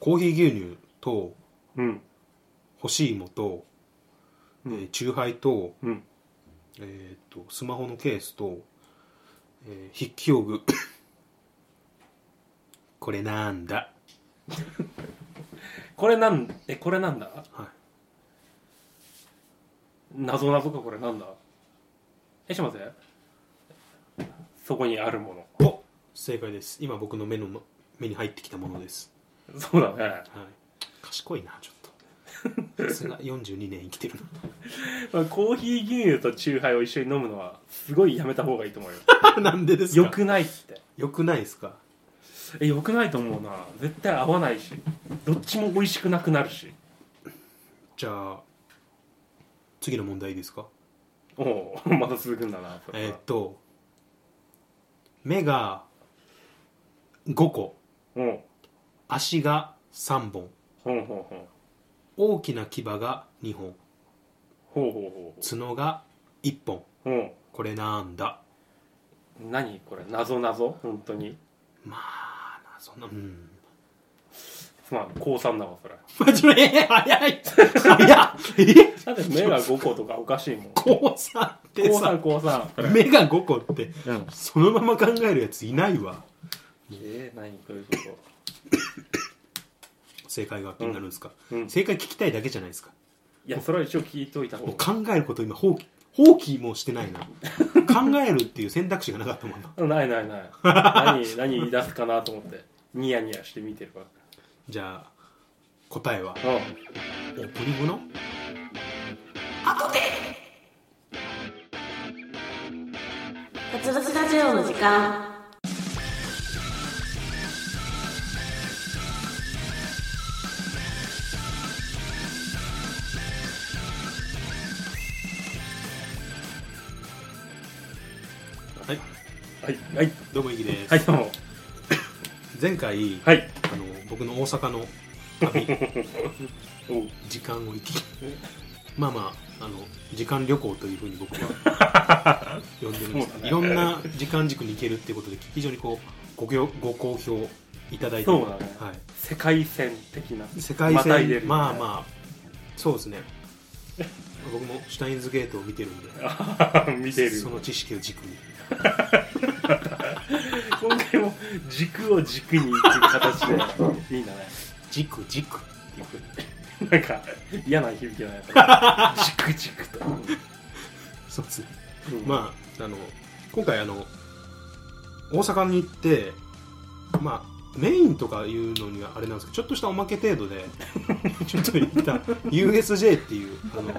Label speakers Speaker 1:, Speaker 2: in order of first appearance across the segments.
Speaker 1: コーヒー牛乳と
Speaker 2: うん
Speaker 1: 干し芋と、
Speaker 2: う
Speaker 1: え
Speaker 2: ん
Speaker 1: ーチューハイと,、
Speaker 2: うん
Speaker 1: えー、とスマホのケースと、えー筆記用具 これなんだ
Speaker 2: これなんえこれなんだ
Speaker 1: は
Speaker 2: 謎謎かこれなんだえしませんそこにあるも
Speaker 1: いお正解です今僕の目の目に入ってきたものです、
Speaker 2: のそうだね
Speaker 1: はい、賢いなちょっ とさすが42年生きてるな
Speaker 2: まあコーヒー牛乳とチューハイを一緒に飲むのはすごいやめた方がいいと思うよ
Speaker 1: なん でですか
Speaker 2: よくないって
Speaker 1: よくないですか
Speaker 2: えよくないと思うな絶対合わないしどっちも美味しくなくなるし
Speaker 1: じゃあ次の問題いいですか
Speaker 2: おおう また続くんだなそれ
Speaker 1: えー
Speaker 2: は
Speaker 1: っと目が5個
Speaker 2: おう
Speaker 1: 足が3本
Speaker 2: ほんほんほん
Speaker 1: 大きな牙が2本
Speaker 2: ほうほう
Speaker 1: 角が1本
Speaker 2: ほうほ
Speaker 1: これなんだ
Speaker 2: う何これ謎謎本当に
Speaker 1: まあなそんなうん
Speaker 2: まあ高3だわそれ
Speaker 1: まあちょっとえー早い早っ え
Speaker 2: だって目が5個とかおかしいもん
Speaker 1: 高3って
Speaker 2: 高
Speaker 1: さ
Speaker 2: 3高3それ
Speaker 1: 目が5個って
Speaker 2: うん
Speaker 1: そのまま考えるやついないわ
Speaker 2: えー、何どういうこ
Speaker 1: 正解が気になるんですか、
Speaker 2: と、うん、い
Speaker 1: 正解聞きたいだけじゃないですか
Speaker 2: やそれは一応聞いといた方
Speaker 1: もう
Speaker 2: が
Speaker 1: 考えること今放棄放棄もしてないな考えるっていう選択肢がなかったもんな
Speaker 2: ないないない何何言い出すかなと思ってニヤニヤして見てるか
Speaker 1: じゃあ答えは
Speaker 2: らうん
Speaker 1: オープニングの
Speaker 3: ガツガツラジオの時間。
Speaker 1: はい
Speaker 2: はいはい
Speaker 1: どうもいきです、
Speaker 2: はいどうも
Speaker 1: 前回、
Speaker 2: はい
Speaker 1: あの僕の大阪の旅
Speaker 2: おう
Speaker 1: 時間を行きまあまああの時間旅行というふうに僕は 呼んでるんです
Speaker 2: そうだ
Speaker 1: けど、
Speaker 2: ね
Speaker 1: いろんな時間軸に行けるっていうことで非常にこうごきょご好評いただいて
Speaker 2: そうだね
Speaker 1: はい、
Speaker 2: 世界線的な
Speaker 1: 世界
Speaker 2: ま
Speaker 1: 戦、
Speaker 2: たいでるみたいな
Speaker 1: まあまあそうですね僕もシュタインズゲートを見てるんで
Speaker 2: 見てる
Speaker 1: その知識を軸に
Speaker 2: 今回も軸を軸にっていう形 でいいんだね
Speaker 1: 軸軸
Speaker 2: なんか嫌な響きだねやっぱ り軸軸と、
Speaker 1: そうですね
Speaker 2: うん
Speaker 1: まああの今回あの大阪に行ってまあメインとかいうのにはあれなんですけどちょっとしたおまけ程度で ちょっと行った USJ っていうあの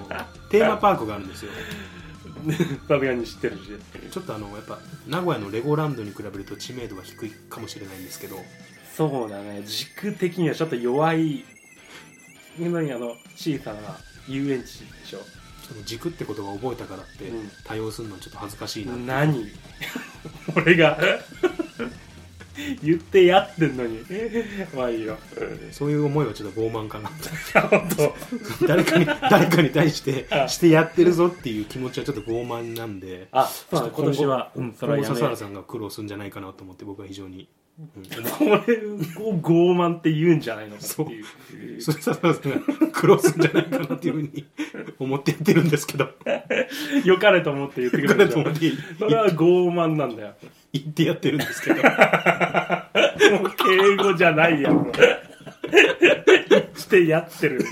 Speaker 1: テーマパークがあるんですよ
Speaker 2: さすがに知ってるし
Speaker 1: ちょっとあのやっぱ名古屋のレゴランドに比べると知名度が低いかもしれないんですけど
Speaker 2: そうだね軸的にはちょっと弱い今にあの小さな遊園地でしょ
Speaker 1: その軸って言葉を覚えたからって
Speaker 2: うん
Speaker 1: 対応するのちょっと恥ずかしいな、
Speaker 2: 何 俺が 言ってやってんのにまあいいよ
Speaker 1: そういう思いはちょっと傲慢かな
Speaker 2: 本 当
Speaker 1: 誰かに誰かに対 してしてやってるぞっていう気持ちはちょっと傲慢なんで
Speaker 2: あそうだ
Speaker 1: ちょっ
Speaker 2: ね
Speaker 1: と
Speaker 2: 今年はうんそれ
Speaker 1: 今後
Speaker 2: はや
Speaker 1: 笹
Speaker 2: めよう
Speaker 1: 原さんが苦労するんじゃないかなと思って僕は非常に、うん、
Speaker 2: これを傲慢って言うんじゃないのかっていう
Speaker 1: それ笹原さんが苦労するんじゃないかなっていうふうに思ってやってるんですけ ど
Speaker 2: 良かれと思って言ってく
Speaker 1: だ
Speaker 2: れ
Speaker 1: からと思っ
Speaker 2: るじゃん
Speaker 1: て
Speaker 2: それは傲慢な んだよ
Speaker 1: 言ってやってるんです けど
Speaker 2: もう敬語じゃない やんしてやってる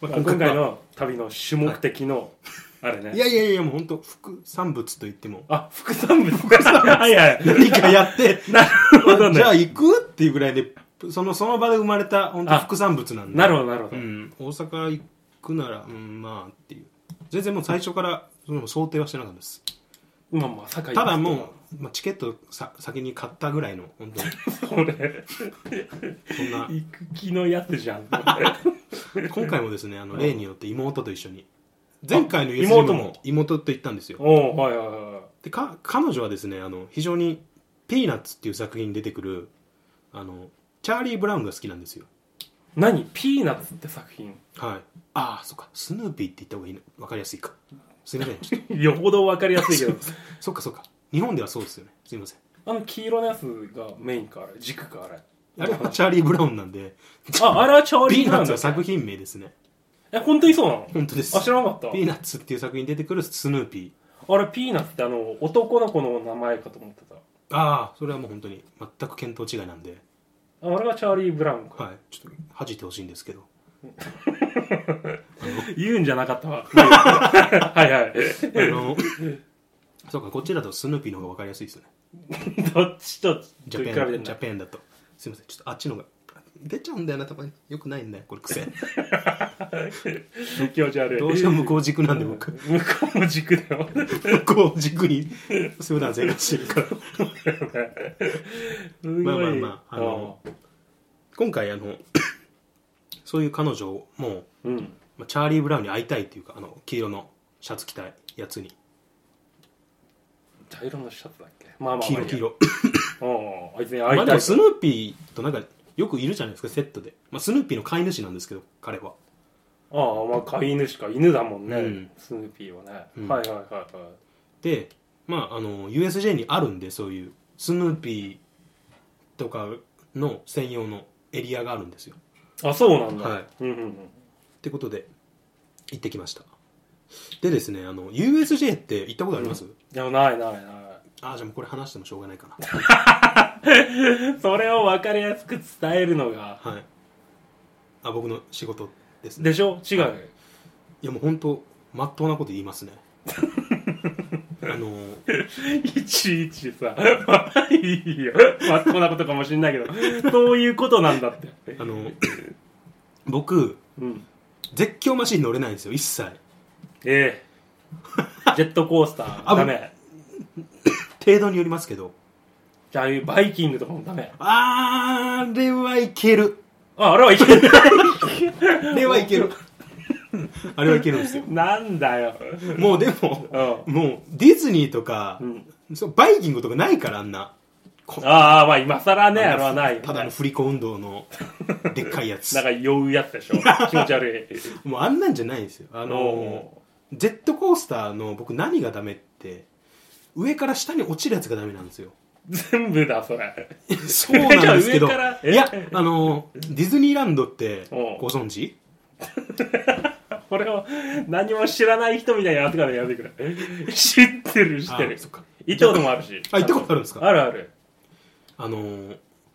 Speaker 1: ま
Speaker 2: ま
Speaker 1: あ
Speaker 2: あ今
Speaker 1: は
Speaker 2: 回の旅の主目的のあれね
Speaker 1: いやいやいやもう本当副産物と言っても
Speaker 2: あ副産物副産物はいはい
Speaker 1: 何かやって
Speaker 2: なるほどね
Speaker 1: じゃあ行くっていうぐらいでそのその場で生まれた本当副産物なんで
Speaker 2: なるほどなるほ
Speaker 1: う
Speaker 2: ど、
Speaker 1: ん、大阪行くなら、うん、まあっていう全然もう最初からその想定はしてなかったです
Speaker 2: まあまあ酒井
Speaker 1: ただもう、まあ、チケットさ先に買ったぐらいの本当に
Speaker 2: うこれ
Speaker 1: そんな
Speaker 2: 行く気のやつじゃん
Speaker 1: 今回もですねあの例によって妹と一緒に前回の
Speaker 2: あ妹
Speaker 1: 妹
Speaker 2: も
Speaker 1: も妹と行ったんですよ
Speaker 2: おうはいはいはい
Speaker 1: でか彼女はですねあの非常に「ピーナッツ」っていう作品に出てくるあのチャーリー・ブラウンが好きなんですよ
Speaker 2: 何ピーナッツって作品
Speaker 1: はいああそっかスヌーピーって言った方がいいの分かりやすいかすいません ちょっと
Speaker 2: よほど分かりやすいけど
Speaker 1: そっかそっか日本ではそうですよねすいません
Speaker 2: あの黄色のやつがメインかあれ軸かあれ
Speaker 1: あれはチャーリー・ブラウンなんで、
Speaker 2: あ、あれはチャーリ
Speaker 1: ピ
Speaker 2: ー・
Speaker 1: ー
Speaker 2: ブラ
Speaker 1: ナ
Speaker 2: ウ
Speaker 1: ッ
Speaker 2: ン
Speaker 1: ツ
Speaker 2: だ
Speaker 1: は作品名ですね。
Speaker 2: え、本当にそうなの
Speaker 1: 本当です
Speaker 2: あ、。知らなかった。
Speaker 1: ピーナッツっていう作品に出てくるスヌーピ
Speaker 2: あれ、ピーナッツってあの、男の子の名前かと思ってた。
Speaker 1: ー。ああ、それはもう本当に全く見当違いなんで、
Speaker 2: ああれはチャーリー・ブラウンか。
Speaker 1: はい、ちょっと恥じてほしいんですけど。
Speaker 2: 言うんじゃなかった わ。はいは
Speaker 1: あ
Speaker 2: い。
Speaker 1: の、そうか、こっちだとスヌーピーの方が分かりやすいですね。
Speaker 2: どっちと
Speaker 1: ジ
Speaker 2: 比べ
Speaker 1: ャペ
Speaker 2: て
Speaker 1: ン
Speaker 2: ん
Speaker 1: ジャ
Speaker 2: だ。
Speaker 1: ペンだと。すいません、ちょっとあっちの方が。出ちゃうんだよな、たまに。よくないんだよ、これ 癖。
Speaker 2: 気持ち悪い。
Speaker 1: どうしても向こう軸なんで、 僕。
Speaker 2: 向こうも軸だよ。
Speaker 1: 向こう軸に普段生活してるから。 まあまあまああの今回、あの、 そういう彼女をもう、
Speaker 2: うんうん。
Speaker 1: まあ、チャーリー・ブラウンに会いたいっていうかあの黄色のシャツ着たいやつに
Speaker 2: 茶色のシャツだっけまあまあ
Speaker 1: 黄色黄色
Speaker 2: 色あいつに
Speaker 1: ま
Speaker 2: 会
Speaker 1: あ
Speaker 2: い
Speaker 1: で
Speaker 2: たい
Speaker 1: もスヌーピーとなんかよくいるじゃないですかセットで、まあ、スヌーピーの飼い主なんですけど彼は
Speaker 2: ああまあ飼い主か犬だもんね、
Speaker 1: うん
Speaker 2: スヌーピーはね、
Speaker 1: うん
Speaker 2: はいはいはいはい
Speaker 1: でまああの USJ にあるんでそういうスヌーピーとかの専用のエリアがあるんですよ
Speaker 2: あそうなんだ、
Speaker 1: はい
Speaker 2: うんうんうん、
Speaker 1: ってことで行ってきましたでですねあの USJ って行ったことあります、
Speaker 2: でもないないな
Speaker 1: ああじゃあもうこれ話してもしょうがないかな
Speaker 2: いそれを分かりやすく伝えるのが
Speaker 1: はいあ僕の仕事ですね
Speaker 2: でしょ違う、
Speaker 1: いやもう本当まっとうなこと言いますねあの
Speaker 2: い、ちいちさまあいいよまっとうなことかもしんないけどそういうことなんだって
Speaker 1: あの僕
Speaker 2: うん
Speaker 1: 絶叫マシン乗れないんですよ一切
Speaker 2: ええジェットコースター
Speaker 1: あ
Speaker 2: ダメ
Speaker 1: 程度によりますけど
Speaker 2: じゃああいうバイキングとかもダメ
Speaker 1: あーあれはいける
Speaker 2: ああれはいけない
Speaker 1: あれはいける あれはいけるんですよ
Speaker 2: なんだよ。
Speaker 1: もうでも
Speaker 2: う
Speaker 1: もうディズニーとか、
Speaker 2: ん。うん、
Speaker 1: そうバイキングとかないからあんなこ
Speaker 2: ああ、まあ今更ね、あれはないよね。
Speaker 1: ただの振り子運動のでっかいやつ
Speaker 2: なんか酔うやつでしょ。気持ち悪い。
Speaker 1: もうあんなんじゃないんですよあ
Speaker 2: あ
Speaker 1: のジェットコースターの僕何がダメって上から下に落ちるやつがダメなん ですよ
Speaker 2: 全部だ、それ。
Speaker 1: そうなんですけど
Speaker 2: じゃあ上からえ
Speaker 1: いやあのディズニーランドって
Speaker 2: おう
Speaker 1: ご存知
Speaker 2: これを何も知らない人みたいに扱うのやめてくれ。知ってる、知って
Speaker 1: あ
Speaker 2: る。
Speaker 1: そっか
Speaker 2: 行ったこともあるし。
Speaker 1: あ行ったことあるんですか
Speaker 2: あるある。
Speaker 1: あの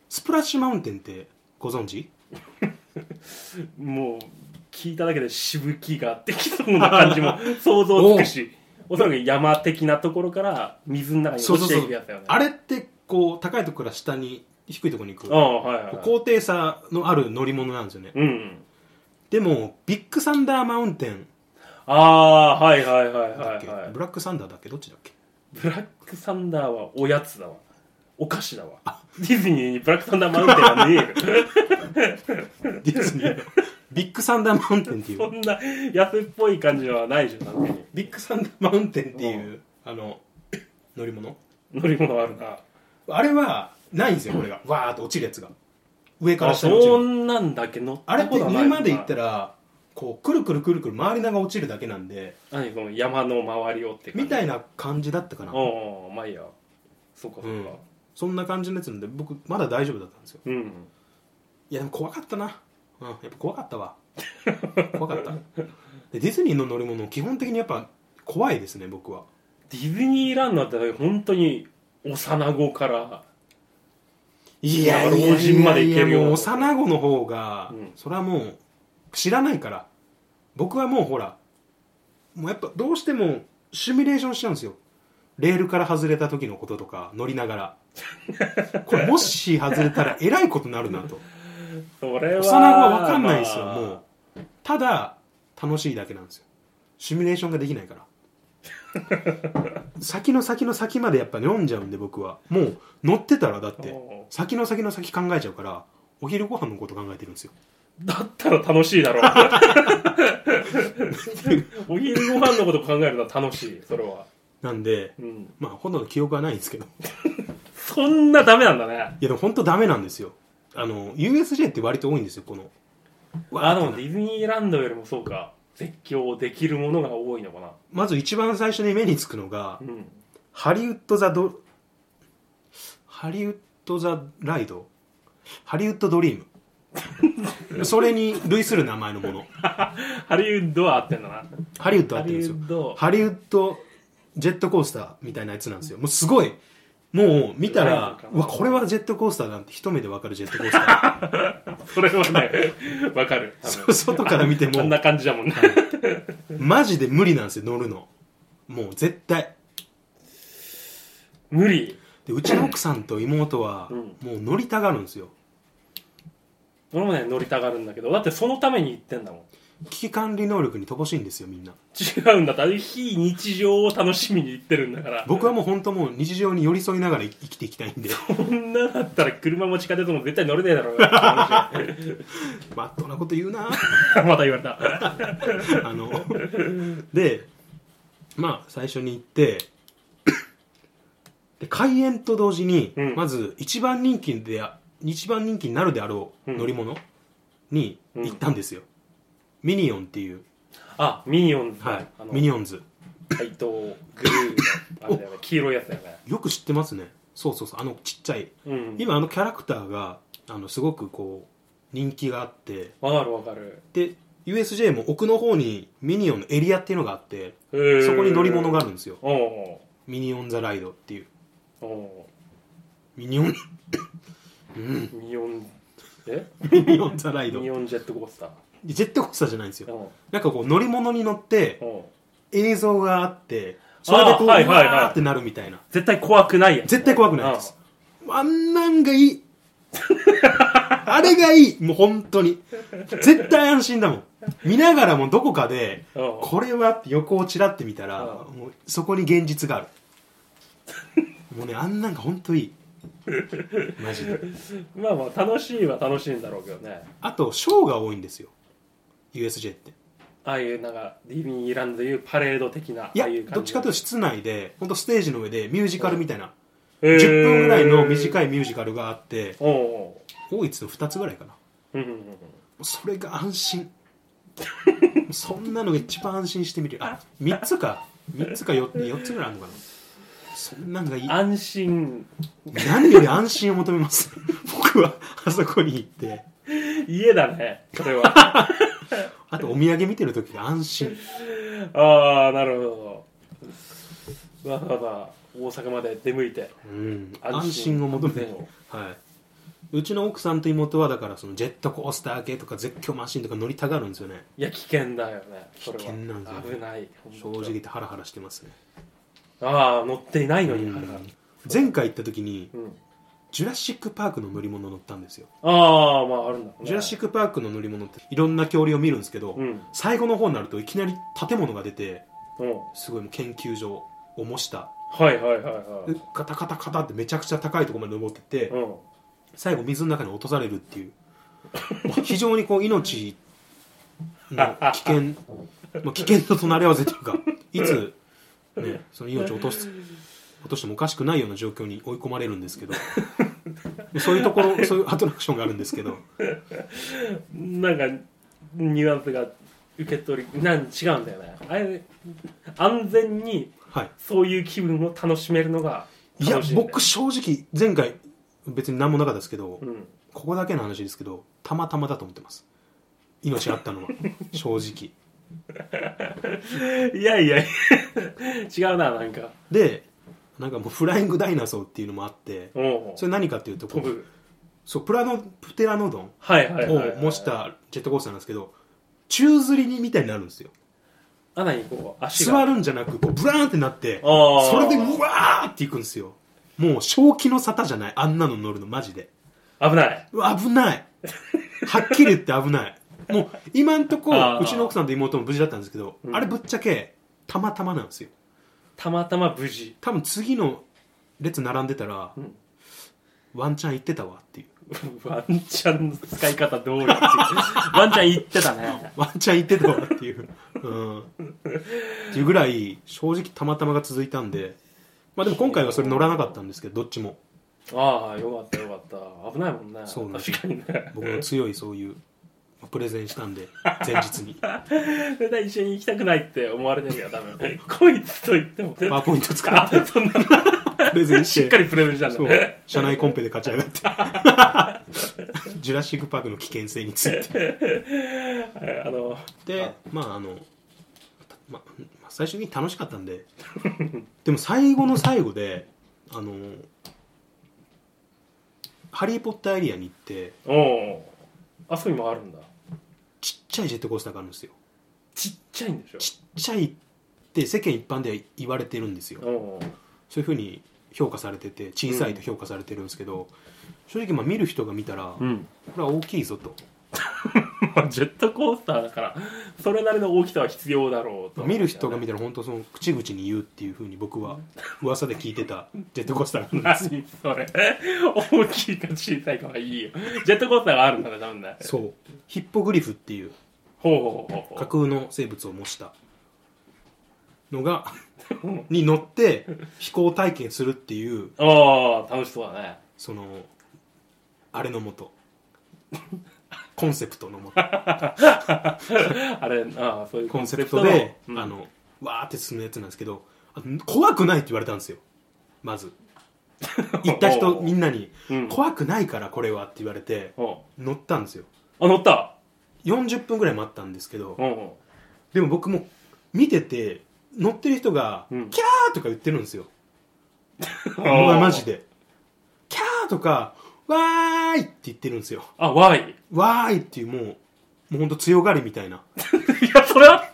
Speaker 1: スプラッシュマウンテンってご存知
Speaker 2: もう、聞いただけでしぶきがってきそうな感 じも想像つくし。おそらく山的なところから水の中に
Speaker 1: そう
Speaker 2: 落
Speaker 1: そう
Speaker 2: ちて
Speaker 1: そ
Speaker 2: いくや
Speaker 1: う
Speaker 2: つだよね。
Speaker 1: あ
Speaker 2: れ
Speaker 1: れってこう高いとこから下に低いとこに行く
Speaker 2: うん、はいはい。
Speaker 1: 高低差のある乗り物なんですよね
Speaker 2: うんうん。
Speaker 1: でもビッグサンダーマウンテン
Speaker 2: ああー、はいはいはい
Speaker 1: だっ
Speaker 2: はい、
Speaker 1: け
Speaker 2: はい
Speaker 1: ブ。ラックサンダーだっけどっちだっけ
Speaker 2: ブラックサンダーはおやつだわお菓子だわディズニーにブラックサンダーマウンテンはね えよ
Speaker 1: ディズニ ーのビッグサンダーマウンテンっていう
Speaker 2: そんな安っぽい感じはないじゃんなんかに
Speaker 1: ビッグサンダーマウンテンっていうあの乗り物
Speaker 2: 乗り物あるな
Speaker 1: あれはないんですよこれがわーっと落ちるやつが上から
Speaker 2: あ
Speaker 1: 下に落ち
Speaker 2: そ
Speaker 1: る
Speaker 2: んなんだけ乗った
Speaker 1: あれって
Speaker 2: ことはない
Speaker 1: 上まで行った
Speaker 2: ら
Speaker 1: らこうくるくるくるくる回りながら落ちるだけなんで
Speaker 2: 何この山の周りをって
Speaker 1: みたい
Speaker 2: な
Speaker 1: な感じだったかな
Speaker 2: おおまあいいやそうかそうか
Speaker 1: うんそんな感じのやつなんで僕まだ大丈夫だったんですよ
Speaker 2: うん、
Speaker 1: いやでも怖かったなうんやっぱ怖かった わ怖かったでディズニーの乗り物基本的にやっぱ怖いですね僕は
Speaker 2: ディズニーランドだって本当に幼子から
Speaker 1: い
Speaker 2: や老人までいけるよ
Speaker 1: もう幼子の方が、
Speaker 2: うん
Speaker 1: それはもう知らないから僕はもうほらもうやっぱどうしてもシミュレーションしちゃうんですよレールから外れた時のこととか乗りな がらこれもし外れたらえらいことになるなと
Speaker 2: それは
Speaker 1: 幼子は分かんないですよ
Speaker 2: まあ
Speaker 1: もうただ楽しいだけなんですよシミュレーションができないから 先の先の先までやっぱ読んじゃうんで僕はもう乗ってたらだって
Speaker 2: お
Speaker 1: 先の先の先考えちゃうからお昼ご飯のこと考えてるんですよ
Speaker 2: だったら楽しい だろうお昼ご飯のこと考えるのは楽しいそれは、
Speaker 1: なんで
Speaker 2: うん、
Speaker 1: まあほとんど記憶はないんですけど い
Speaker 2: そんなダメなんだね
Speaker 1: やでも本当ダメなんですよあの USJ って割と多いんですよこの
Speaker 2: あ
Speaker 1: わ
Speaker 2: で
Speaker 1: ー
Speaker 2: も
Speaker 1: っ
Speaker 2: デ
Speaker 1: てな
Speaker 2: ィズニーランドよりもそうか絶叫できるものが多いのかな
Speaker 1: まず一番最初に目につくのが
Speaker 2: うん
Speaker 1: ハリウッド・ザ・ドハリウッド・ザ・ライドハリウッドドリームそれに類する名前のもの
Speaker 2: ハリウッドは合ってんだな
Speaker 1: ハリウッドあ
Speaker 2: ハ
Speaker 1: ってるん
Speaker 2: リ
Speaker 1: です
Speaker 2: ウ
Speaker 1: よ
Speaker 2: ッド
Speaker 1: ハリウッドジェットコースターみたいなやつなんですよもうすごいもう見たら
Speaker 2: うん
Speaker 1: うわこれはジェットコースターなんて一目でわかるジェットコースタ
Speaker 2: それはねわかる多分
Speaker 1: ー 外から見て
Speaker 2: こ んな
Speaker 1: も
Speaker 2: 感じだもんね
Speaker 1: マジで無理なんですよ乗るのもう絶対
Speaker 2: 無理
Speaker 1: でうちの奥さんと妹は
Speaker 2: うん
Speaker 1: もう乗りたがるんですよ
Speaker 2: 俺もね乗りたがるんだけどだってそのために行ってんだもん
Speaker 1: 危機管理能力に乏しいんですよみんな
Speaker 2: 違うんだってあれ非日常を楽しみに行ってるんだから
Speaker 1: 僕はもう本当もう日常に寄り添いながら生きていきたいんで
Speaker 2: こんなだったら車も地下鉄も絶対乗れねえだろうな
Speaker 1: まっとうなこと言うな
Speaker 2: また言われた
Speaker 1: あのでまあ最初に行ってで開園と同時に、
Speaker 2: うん
Speaker 1: まず一番人気であ一番人気になるであろう
Speaker 2: うん
Speaker 1: 乗り物に行ったんですよ、ミニオンっていう、
Speaker 2: あミニオンズ
Speaker 1: はい
Speaker 2: あ、の
Speaker 1: ミニオンズ
Speaker 2: 怪盗グルーあれだよね黄色いやつだよね
Speaker 1: よく知ってますねそうそうそうあのちっちゃい
Speaker 2: うん
Speaker 1: 今あのキャラクターがあのすごくこう人気があって
Speaker 2: わかるわかる
Speaker 1: で USJ も奥の方にミニオンのエリアっていうのがあって
Speaker 2: そこ
Speaker 1: そこに乗り物があるんですよ
Speaker 2: おう
Speaker 1: ミニオン・ザ・ライドっていう
Speaker 2: おうお
Speaker 1: ミニオン うん
Speaker 2: うミニオンえ
Speaker 1: ミニオン・ザ・ライ
Speaker 2: ミ
Speaker 1: ド
Speaker 2: ニオンジェットコースター
Speaker 1: ジェットコースターじゃないんですよ
Speaker 2: おう
Speaker 1: なんかこう乗り物に乗って
Speaker 2: おう
Speaker 1: 映像があってそれでこう
Speaker 2: あはいはいはいう
Speaker 1: わーってなるみたいな
Speaker 2: 絶対怖くないやつ
Speaker 1: 絶対怖くないですあんなんがいいあれがいいもう本当に絶対安心だもん見ながらもどこかで
Speaker 2: うんうん
Speaker 1: これはって横をちらって見たら
Speaker 2: う
Speaker 1: もうそこに現実があるもうねあんなんが本当いいマジで
Speaker 2: まあまあ楽しいは楽しいんだろうけどね
Speaker 1: あとショーが多いんですよ USJ って
Speaker 2: ああいうなんかディズニーランドでいうパレード的ない
Speaker 1: や
Speaker 2: ああいう感じ
Speaker 1: どっちかというと室内で本当ステージの上でミュージカルみたいな
Speaker 2: 10
Speaker 1: 10分ぐらいの短いミュージカルがあって
Speaker 2: おうお
Speaker 1: 多いつの2つぐらいかな
Speaker 2: ううんうんうん
Speaker 1: それが安心そんなのが一番安心して見れるあ三3つか3つか 4, 4つぐらいあるのかなそんなんがいい
Speaker 2: 安心
Speaker 1: 何より安心を求めます 僕はあそこに行って
Speaker 2: 家だねそ れは
Speaker 1: あとお土産見てる時が安心
Speaker 2: ああなるほどわざわざ大阪まで出向いて
Speaker 1: うん
Speaker 2: 安心
Speaker 1: 安心を求めるはいうちの奥さんと妹はだからそのジェットコースター系とか絶叫マシンとか乗りたがるんですよね
Speaker 2: いや危険だよねそれは
Speaker 1: 危険なんですよ
Speaker 2: 危ない
Speaker 1: 正直言ってハラハラしてますね
Speaker 2: ああ乗っていないのに、
Speaker 1: うん
Speaker 2: あれが
Speaker 1: 前回行った時に
Speaker 2: うん
Speaker 1: ジュラシック・パークの乗り物乗ったんですよ
Speaker 2: ああまああるんだろうね
Speaker 1: ジュラシック・パークの乗り物っていろんな恐竜を見るんですけど、
Speaker 2: うん
Speaker 1: 最後の方になるといきなり建物が出て
Speaker 2: うん
Speaker 1: すごいもう研究所を模した
Speaker 2: はいはいはいは
Speaker 1: でカタカタカタってめちゃくちゃ高いところまで登ってって、
Speaker 2: いうん
Speaker 1: 最後水の中に落とされるって いうもう非常にこう命の危険まあ危険と隣り合わせというかいつ、ね、その命を落とす落としてもおかしくないような状況に追い込まれるんですけどそういうところそういうアトラクションがあるんですけど
Speaker 2: なんかニュアンスが受け取りなん違うんだよねあれ安全に
Speaker 1: はい
Speaker 2: そういう気分を楽しめるのが
Speaker 1: いや
Speaker 2: 楽しんだよ
Speaker 1: 僕正直前回別に何もなかったですけど、
Speaker 2: うん
Speaker 1: ここだけの話ですけどたまたまだと思ってます命あったのは正直
Speaker 2: いやいや 違うななんか
Speaker 1: でなんかもうフライングダイナソーっていうのもあって
Speaker 2: おう
Speaker 1: それ何かっていうとこ
Speaker 2: 飛
Speaker 1: う
Speaker 2: ぶ
Speaker 1: そうプラノプテラノドン
Speaker 2: はいはいはい、はい、
Speaker 1: を模したジェットコースターなんですけど宙吊りにみたいになるんですよ
Speaker 2: あ何こう足が
Speaker 1: 座るんじゃなくこうブラーンってなって
Speaker 2: あー
Speaker 1: それでうわーっていくんですよもう正気の沙汰じゃないあんなの乗るのマジで
Speaker 2: 危ないう
Speaker 1: わ危ない はっきり言って危ないもう今んとこ
Speaker 2: あー
Speaker 1: うちの奥さんと妹も無事だったんですけど、
Speaker 2: うん
Speaker 1: あれぶっちゃけたまたまなんですよ
Speaker 2: たまたま無事
Speaker 1: 多分次の列並んでたら、
Speaker 2: うん
Speaker 1: ワンチャン行ってたわっていう
Speaker 2: ワンちゃんの使い方どう やってワンちゃん言ってたね
Speaker 1: ワンチャン行ってたわって いう、うん、っていうぐらい正直たまたまが続いたんでまあでも今回はそれ乗らなかったんですけどどっちも
Speaker 2: ああよかったよかった危ないもんね
Speaker 1: そうなんです
Speaker 2: 確かにね
Speaker 1: 僕の強いそういうまあプレゼンしたんで前日 にパ
Speaker 2: 絶対一緒に行きたくないって思われてるよ多分こいつと言っても
Speaker 1: ワーポイント使
Speaker 2: あ
Speaker 1: って
Speaker 2: そんな
Speaker 1: プレゼンして
Speaker 2: しっかりプレゼンしたん
Speaker 1: そ
Speaker 2: だ
Speaker 1: う
Speaker 2: ね
Speaker 1: 社内コンペで勝ち上がって ジュラシック・パークの危険性について
Speaker 2: あの
Speaker 1: でまああの、まま最終的に楽しかったんで でも最後の最後であのハリー・ポッターエリアに行って
Speaker 2: おうあそこにもあるんだ
Speaker 1: ちっちゃいジェットコースターがあるんですよ
Speaker 2: ちっちゃいんでしょ
Speaker 1: ちっちゃいって世間一般では言われてるんですよ
Speaker 2: おう
Speaker 1: そういうふうに評価されてて小さいと評価されてるんですけど、正直まあ見る人が見たら、
Speaker 2: う
Speaker 1: こ
Speaker 2: ん
Speaker 1: れは大きいぞと
Speaker 2: まあ ジェットコースターだからそれなりの大きさは必要だろうと
Speaker 1: 見る人が見たら本当その口々に言うっていうふうに僕は噂で聞いてたジェットコースターなんですよ
Speaker 2: 何それ大きいか小さいかはいいよジェットコースターがあるんだね多分ね
Speaker 1: そうヒッポグリフっていう
Speaker 2: ほうほうほうほ
Speaker 1: 架
Speaker 2: う
Speaker 1: 空の生物を模したの がに乗って飛行体験するっていう
Speaker 2: ああ楽しそうだね
Speaker 1: そのあれのもとコンセプトのも と
Speaker 2: あれああそういう
Speaker 1: コンセプトで、
Speaker 2: コンセプトのうん
Speaker 1: あのわーって進むやつなんですけどあ怖くないって言われたんですよま ず行った人みんなに
Speaker 2: うん
Speaker 1: 怖くないからこれはって言われて
Speaker 2: おう
Speaker 1: 乗ったんですよ
Speaker 2: あ乗った
Speaker 1: 40分ぐらい待ったんですけど
Speaker 2: おうん
Speaker 1: でも僕も見てて乗ってる人が「キ
Speaker 2: う
Speaker 1: ャー
Speaker 2: ん」
Speaker 1: とか言ってるんですよ、
Speaker 2: お
Speaker 1: うわ
Speaker 2: う
Speaker 1: マジで「キャー」とか「わーい」って言ってるんですよ
Speaker 2: あワイ
Speaker 1: 「わーい」っていうもうもうほんと強がりみたいない
Speaker 2: やそれは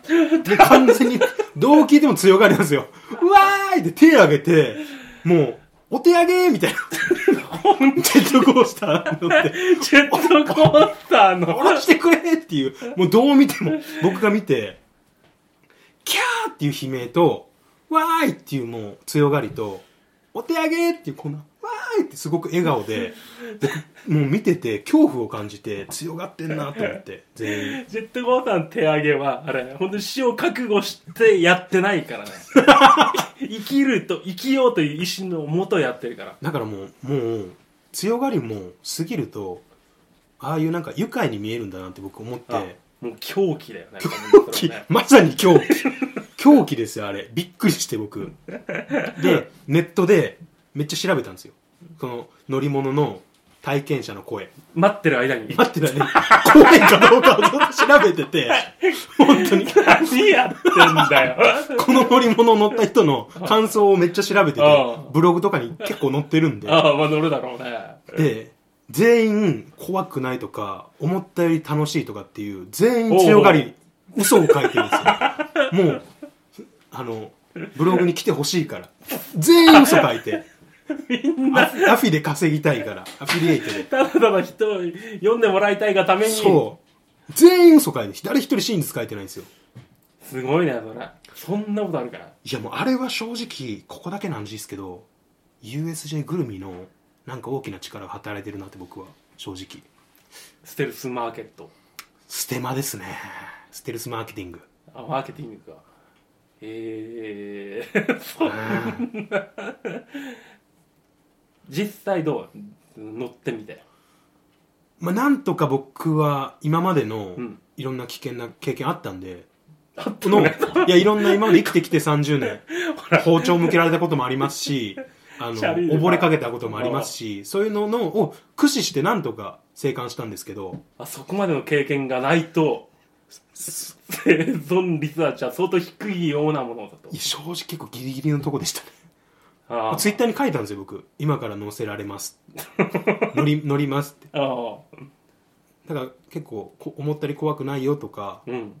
Speaker 1: で完全にどう聞いても強がりなんですよ「わーい」って手上げてもう「お手上げ」みたいなジェットコースター乗って
Speaker 2: ジェットコースターの
Speaker 1: 下ろしてくれっていう、もうどう見ても、僕が見て、キャーっていう悲鳴と、わーいっていうもう強がりと、お手上げっていうこんな、わーいってすごく笑顔で、僕もう見てて恐怖を感じて強がってんなと思って、全員。
Speaker 2: ジェットコースターの手上げは、あれ、本当に死を覚悟してやってないから ね。生きると、生きようという意志のもとやってるから。
Speaker 1: だからもう、もう、強がりも過ぎると、ああいうなんか愉快に見えるんだなって僕思って、
Speaker 2: あもう狂気だよね。
Speaker 1: 狂気
Speaker 2: それはね
Speaker 1: まさに狂気狂気ですよあれびっくりして僕でネットでめっちゃ調べたんですよその乗り物の体験者の声
Speaker 2: 待ってる間に。
Speaker 1: 待ってたね怖いかどうかをずっと調べてて本当に
Speaker 2: 何やってんだよ。
Speaker 1: この乗り物乗った人の感想をめっちゃ調べてて
Speaker 2: うん
Speaker 1: ブログとかに結構載ってるんで
Speaker 2: ああ、まあ乗るだろうね。
Speaker 1: で全員怖くないとか思ったより楽しいとかっていう全員強がり嘘を書いてるんですよもうあのブログに来てほしいから全員嘘書いてアアフィで稼ぎたいからアフィリエイトで
Speaker 2: ただただ人を読んでもらいたいがために。
Speaker 1: そう全員嘘書いて誰一人真実書いてないんですよ
Speaker 2: すごいね、それ。そんなことあるから。
Speaker 1: いやもうあれは正直ここだけの話ですけど USJ ぐるみのなんか大きな力が働いてるなって僕は正直
Speaker 2: ステルスマーケット。
Speaker 1: ステマですねステルスマーケティング
Speaker 2: あ、マーケティングか。えー、 そう。実際どう乗ってみて。
Speaker 1: まあ、なんとか僕は今までの
Speaker 2: うん
Speaker 1: いろんな危険な経験あったんで、
Speaker 2: あ
Speaker 1: このいやいろんな今まで生きてきて30年 包丁向けられたこともありますしあの
Speaker 2: シャリーズ
Speaker 1: 溺れかけたこともありますしそういうののを駆使してなんとか生還したんですけど
Speaker 2: あそこまでの経験がないと生存率はじゃあ相当低いようなものだと
Speaker 1: いや正直結構ギリギリのとこでしたね
Speaker 2: ああ
Speaker 1: ツイッターに書いたんですよ僕今から乗せられます乗り乗りますって
Speaker 2: ああ
Speaker 1: だから結構こ思ったより怖くないよとか
Speaker 2: うん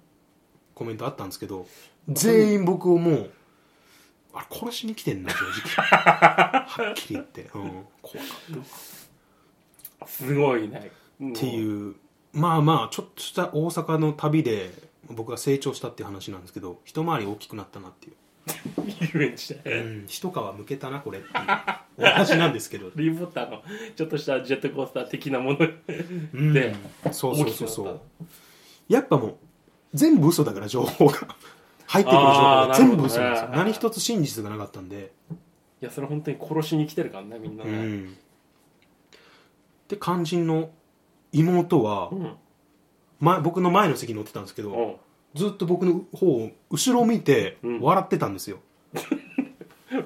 Speaker 1: コメントあったんですけど全員僕をもうあれ殺しに来てんな正 直はっきり言って、うん、怖かったっ
Speaker 2: すごいねって
Speaker 1: いううまあまあちょっとした大阪の旅で僕が成長したっていう話なんですけど一回り大きくなったなっていう、
Speaker 2: 遊園地
Speaker 1: う
Speaker 2: で
Speaker 1: ん、一皮むけたなこれっていうお話なんですけ ど
Speaker 2: リボッターのちょっとしたジェットコースター的なもの
Speaker 1: うん
Speaker 2: で
Speaker 1: そう
Speaker 2: 大
Speaker 1: そう
Speaker 2: き
Speaker 1: そ
Speaker 2: くな
Speaker 1: う
Speaker 2: っ
Speaker 1: そ
Speaker 2: た
Speaker 1: うやっぱもう全部嘘だから情報が入ってくる情報
Speaker 2: あ
Speaker 1: が
Speaker 2: ー
Speaker 1: 全部嘘
Speaker 2: な
Speaker 1: なんで
Speaker 2: る
Speaker 1: す
Speaker 2: ほど
Speaker 1: よ
Speaker 2: ね
Speaker 1: 何一つ真実がなかったんで
Speaker 2: いやそれ本当に殺しに来てるからねみんな
Speaker 1: う
Speaker 2: ね
Speaker 1: ん、で肝心の妹は、
Speaker 2: うん
Speaker 1: 前僕の前の席に乗ってたんですけど、
Speaker 2: おう
Speaker 1: ずっと僕の方を後ろを見て
Speaker 2: うん
Speaker 1: 笑ってたんですよ、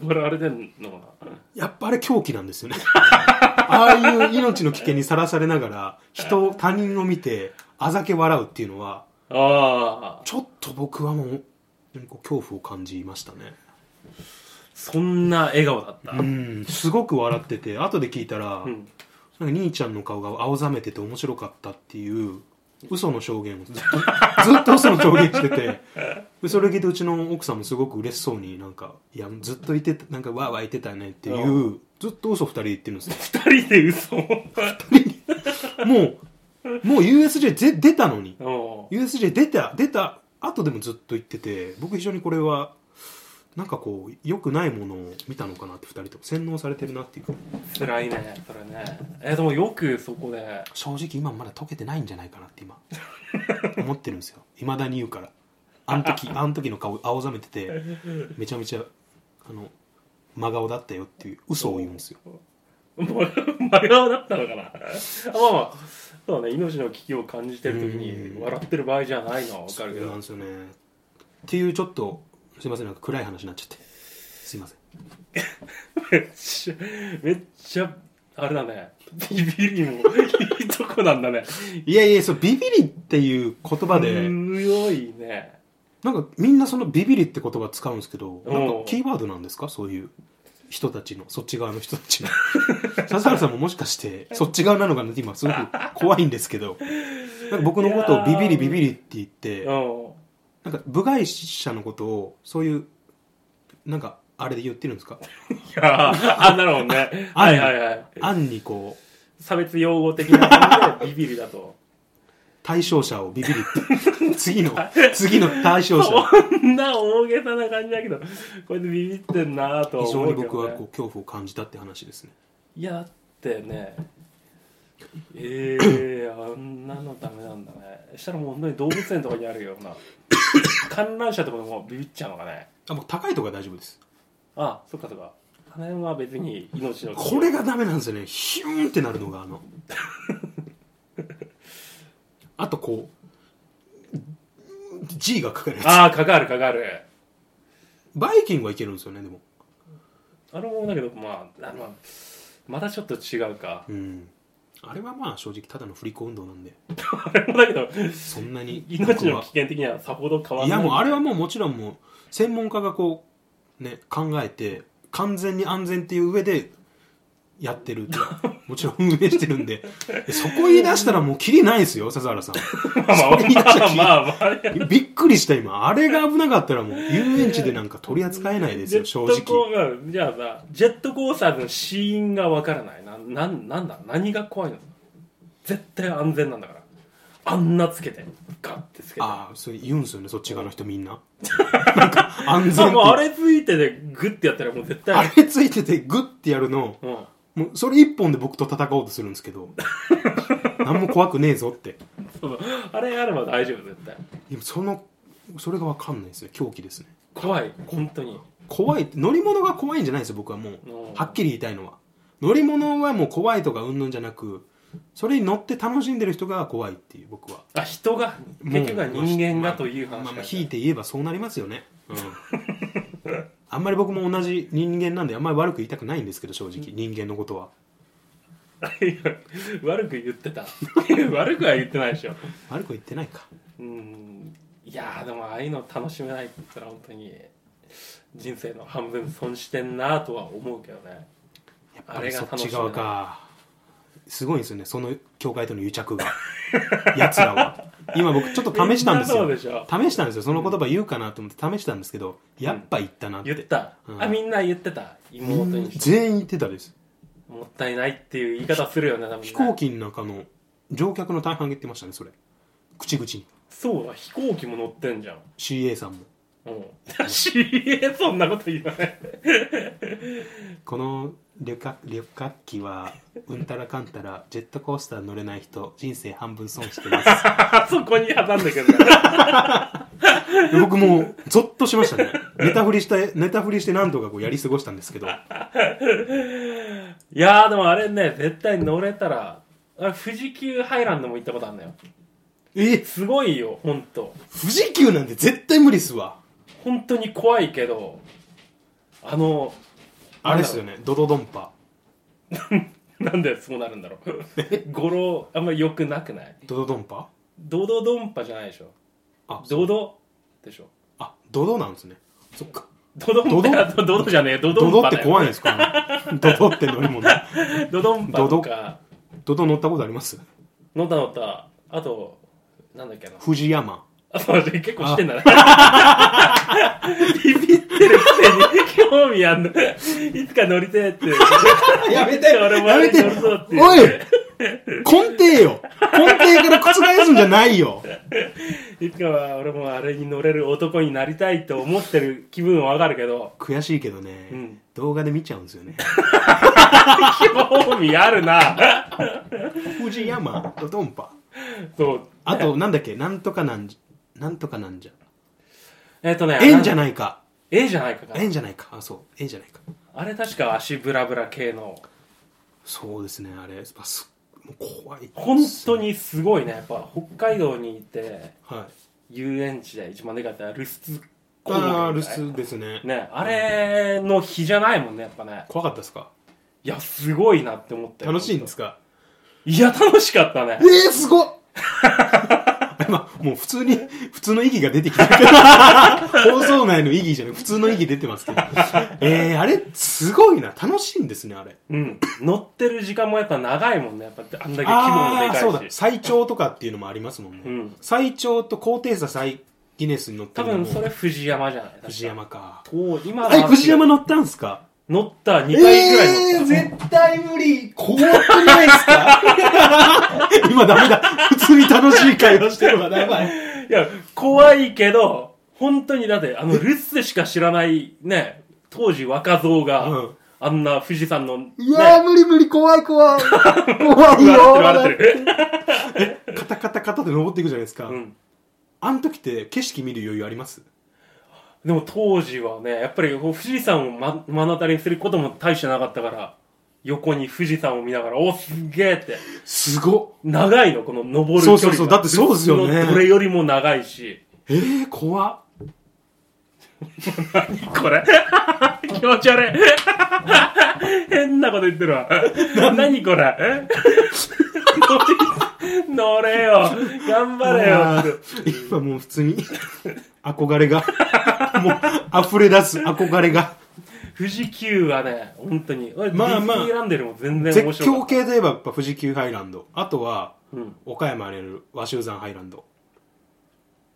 Speaker 2: 笑われてんのかな
Speaker 1: やっぱあれ狂気なんですよね ああいう命の危険にさらされながら、人、他人を見て、あざけ笑うっていうのは、
Speaker 2: ああ
Speaker 1: ちょっと僕はもう、なんか恐怖を感じましたね。
Speaker 2: そんな笑顔だった、
Speaker 1: うん、すごく笑ってて、後で聞いたら、
Speaker 2: うん
Speaker 1: なんか兄ちゃんの顔が青ざめてて面白かったっていう嘘の証言をずっとずっと嘘の証言しててでそれ聞いてうちの奥さんもすごく嬉しそうになんかいやずっといてなんかわーわー言ってたねっていう、
Speaker 2: う
Speaker 1: ずっと嘘二人で言ってるんですよ
Speaker 2: 二人で嘘を
Speaker 1: もうもう USJ ぜ出たのに
Speaker 2: おう
Speaker 1: USJ 出た出た後でもずっと言ってて僕非常にこれはなんかこう良くないものを見たのかなって二人とも洗脳されてるなっていう
Speaker 2: 辛いねそれねえでもよくそこで
Speaker 1: 正直今まだ解けてないんじゃないかなって今思ってるんですよいまだに言うからあん 時あん時の顔青ざめててめちゃめちゃあの真顔だったよっていう嘘を言うんですよ
Speaker 2: もう真顔だったのかなあまあまあそうね命の危機を感じてる時に
Speaker 1: うん
Speaker 2: 笑ってる場合じゃないのは分かるけ
Speaker 1: そうなん
Speaker 2: ど
Speaker 1: ですよねっていうちょっとすいませんなんか暗い話になっちゃってすいません
Speaker 2: めっちゃめっちゃあれだねビビりもいいとこなんだね
Speaker 1: いやいやそうビビリっていう言葉で
Speaker 2: 強いね
Speaker 1: なんかみんなそのビビリって言葉使うんですけど
Speaker 2: おう
Speaker 1: なんかキーワードなんですかそういう人たちのそっち側の人たちの 笹原さんももしかしてそっち側なのかなって今すごく怖いんですけどなんか僕のことをビビリビビリって言 って
Speaker 2: うん
Speaker 1: なんか部外者のことをそういうなんかあれで言ってるんですか
Speaker 2: いやーあなるほどね
Speaker 1: あ
Speaker 2: はいはいはい
Speaker 1: 暗にこう
Speaker 2: 差別用語的な感じでビビりだと
Speaker 1: 対象者をビビリって 次の次の対象者
Speaker 2: そん な大げさな感じだけどこれでビビってんなーとは
Speaker 1: 非常
Speaker 2: 思
Speaker 1: に
Speaker 2: うけど、ね、
Speaker 1: 僕はこう恐怖を感じたって話ですね
Speaker 2: いやだってねええあんなのダメなんだねしたらもう本当に動物園とかにあるよ うな観覧車とかでもビビっちゃうのかね
Speaker 1: あもう高いとこは大丈夫です
Speaker 2: あそっかそっかあの辺は別に命の危険
Speaker 1: これがダメなんですよねヒューンってなるのが あのあとこう G がかかるや
Speaker 2: ああかかるかかる
Speaker 1: つバイキングはいけるんですよねでも
Speaker 2: あれもだけどまああまあまたちょっと違うか
Speaker 1: うんあれはまあ正直ただの振り子運動なんで
Speaker 2: あれもだけど
Speaker 1: そんなに
Speaker 2: 命の危険的にはさほど変わ
Speaker 1: い
Speaker 2: らな
Speaker 1: や
Speaker 2: い
Speaker 1: もうあれはもうもちろんもう専門家がこうね考えて完全に安全っていう上でやってるもちろん運営してるんで そこ言い出したらもうキリないですよ笹原さん
Speaker 2: まあまあまあまあまあ
Speaker 1: びっくりした今あれが危なかったらもう遊園地でなんか取り扱えないです よ
Speaker 2: ジェ
Speaker 1: 正
Speaker 2: ットコ
Speaker 1: 直
Speaker 2: ーうんじゃあさジェットコースターの死因がわからないななんなんだ何が怖いの絶対安全なんだからあんなつけてガッてつけてあ
Speaker 1: ああそれ言うんですよねそっち側の人み んななんか安全って
Speaker 2: もうあれついてでグッてやったらもう絶対
Speaker 1: あれついててグッてやるの
Speaker 2: うん、
Speaker 1: もうそれ一本で僕と戦おうとするんですけど 何も怖くねえぞって
Speaker 2: そうあれやれば大丈夫絶対
Speaker 1: でもそのそれが分かんないですね狂気ですね
Speaker 2: 怖い本当に
Speaker 1: 怖い乗り物が怖いんじゃないですよ僕はもう
Speaker 2: うん
Speaker 1: はっきり言いたいのは乗り物はもう怖いとかうんぬんじゃなくそれに乗って楽しんでる人が怖いっていう僕は
Speaker 2: あ人が
Speaker 1: もう
Speaker 2: 結局は人間がという話
Speaker 1: まあまあ、
Speaker 2: だ
Speaker 1: ひいて言えばそうなりますよね、 うん、あんまり僕も同じ人間なんであんまり悪く言いたくないんですけど正直人間のことはい
Speaker 2: や悪く言ってた悪くは言ってないでしょ
Speaker 1: 悪く言ってないか
Speaker 2: うんいやーでもああいうの楽しめないって言ったら本当に人生の半分損してんなとは思うけどね
Speaker 1: やっ
Speaker 2: あ
Speaker 1: ぱ
Speaker 2: れ
Speaker 1: り
Speaker 2: が
Speaker 1: そっ
Speaker 2: 楽しい
Speaker 1: ち側かすごいんですよねその教会との癒着がやつらは今僕ちょっと試したんですよ
Speaker 2: みなそうでしょ
Speaker 1: 試したんですよその言葉言うかなと思って試したんですけどやっぱ言ったなって、
Speaker 2: 言った、
Speaker 1: うん
Speaker 2: あみんな言ってた妹に
Speaker 1: 全員言ってたです
Speaker 2: もったいないっていう言い方するよね多分ね
Speaker 1: 飛行機の中の乗客の大半が言ってましたねそれ口々に
Speaker 2: そうだ飛行機も乗ってんじゃん
Speaker 1: CA さんも
Speaker 2: うん CA そんなこと言わない
Speaker 1: この旅客旅客機はうんたらかんたらジェットコースター乗れない人人生半分損してます
Speaker 2: あそこに挟んだけど ね
Speaker 1: 僕もうゾッとしましたねネタ振りしてネタ振りして何度かこうやり過ごしたんですけど
Speaker 2: いやーでもあれね絶対乗れたらあ富士急ハイランドも行ったことあるんだよ
Speaker 1: え
Speaker 2: すごいよ本当
Speaker 1: 富士急なんて絶対無理っすわ
Speaker 2: 本当に怖いけどあの
Speaker 1: あれっすよねドドドンパ
Speaker 2: なんでそう なるんだろう語呂あんまり良くなくない
Speaker 1: ドドドンパ
Speaker 2: ドドドンパじゃないでしょ
Speaker 1: あ
Speaker 2: ドドでしょ
Speaker 1: あドドなんですねそっか
Speaker 2: ドドンパド ドドじゃねえドド
Speaker 1: ド
Speaker 2: ン
Speaker 1: ド
Speaker 2: パ
Speaker 1: って
Speaker 2: だよ
Speaker 1: 怖いんですかドドって乗り物
Speaker 2: ドドンパとか
Speaker 1: ドド乗ったことあります
Speaker 2: 乗った乗ったあとなんだっけな
Speaker 1: 富士山
Speaker 2: あそう結構してんだね ビビってるくせに興味あんのいつか乗りてえって
Speaker 1: やめて
Speaker 2: 俺も
Speaker 1: やめて
Speaker 2: 乗るぞって
Speaker 1: おい根底よ根底から覆すんじゃないよ
Speaker 2: いつかは俺もあれに乗れる男になりたいと思ってる気分はわかるけど
Speaker 1: 悔しいけどね、
Speaker 2: うん
Speaker 1: 動画で見ちゃうんです よね
Speaker 2: 興味あるな
Speaker 1: 富士山ドドンパ
Speaker 2: そう
Speaker 1: あとなんだっけなんとかなんじなんとかなんじゃ
Speaker 2: えっ、とね
Speaker 1: 円じゃ
Speaker 2: い
Speaker 1: ないか
Speaker 2: 円じゃないかか
Speaker 1: 円じゃないかあそう円じゃないか
Speaker 2: あれ確か足ブラブラ系の
Speaker 1: そうですねあれやっぱすもう怖い
Speaker 2: 本当にすごいねやっぱ北海道にいて
Speaker 1: はい
Speaker 2: 遊園地で一番でかいったルスツ公園
Speaker 1: ああ留守ですね
Speaker 2: ねあれの日じゃないもんねやっぱね
Speaker 1: 怖かったですか
Speaker 2: いやすごいなって思って
Speaker 1: 楽しいんですか
Speaker 2: いや楽しかったね
Speaker 1: ええー、すご っ今もう普通に普通の意義が出てき た放送内の意義じゃない普通の意義出てますけどえー、あれすごいな楽しいんですねあれ
Speaker 2: うん乗ってる時間もやっぱ長いもんねやっぱあんだけ規模も
Speaker 1: あ
Speaker 2: で
Speaker 1: あーそう
Speaker 2: か
Speaker 1: だ
Speaker 2: いし
Speaker 1: 最長とかっていうのもありますもんね、
Speaker 2: うん
Speaker 1: 最長と高低差最ギネスに乗って
Speaker 2: 多
Speaker 1: るのも
Speaker 2: 分それ藤山じゃない確か
Speaker 1: 藤山か
Speaker 2: と今の
Speaker 1: はい藤山乗ったんすか
Speaker 2: 乗った2回ぐらい乗った、
Speaker 1: えー、絶対無理怖くないっすか 今ダメだ普通に楽しい会話してるわやばい
Speaker 2: いや、怖いけど、本当にだって、あの、ルッツでしか知らない、ね、当時若造が、
Speaker 1: うん
Speaker 2: あんな富士山の、ね、
Speaker 1: いやー、無理無理、怖い怖い。怖い
Speaker 2: 笑
Speaker 1: よ
Speaker 2: ってる笑ってる。
Speaker 1: カタカタカタで登っていくじゃないですか。
Speaker 2: うん。
Speaker 1: あの時って景色見る余裕あります
Speaker 2: でも当時はね、やっぱりこう富士山を、ま、目の当たりにすることも大してなかったから、横に富士山を見ながら、お、すっげえって。
Speaker 1: すご
Speaker 2: 長いの、この登る距離
Speaker 1: そ
Speaker 2: が。
Speaker 1: うそうそうだってそうですよね
Speaker 2: ルッツのどれよりも長いし。
Speaker 1: っえー、怖っ
Speaker 2: これ 気持ち悪い 変なこと言ってるわ 何これ 乗れよ頑張れ
Speaker 1: あ
Speaker 2: よ
Speaker 1: ー今もう普通に憧れが、もう溢れ出す憧れが。
Speaker 2: 富士急はね本当に俺
Speaker 1: まあまあ
Speaker 2: ディズニーランドよりも全然
Speaker 1: 絶
Speaker 2: 面白
Speaker 1: 叫
Speaker 2: い
Speaker 1: 系といえばやっぱ富士急ハイランド。あとは、
Speaker 2: うん、
Speaker 1: 岡山にある和州山ハイランド。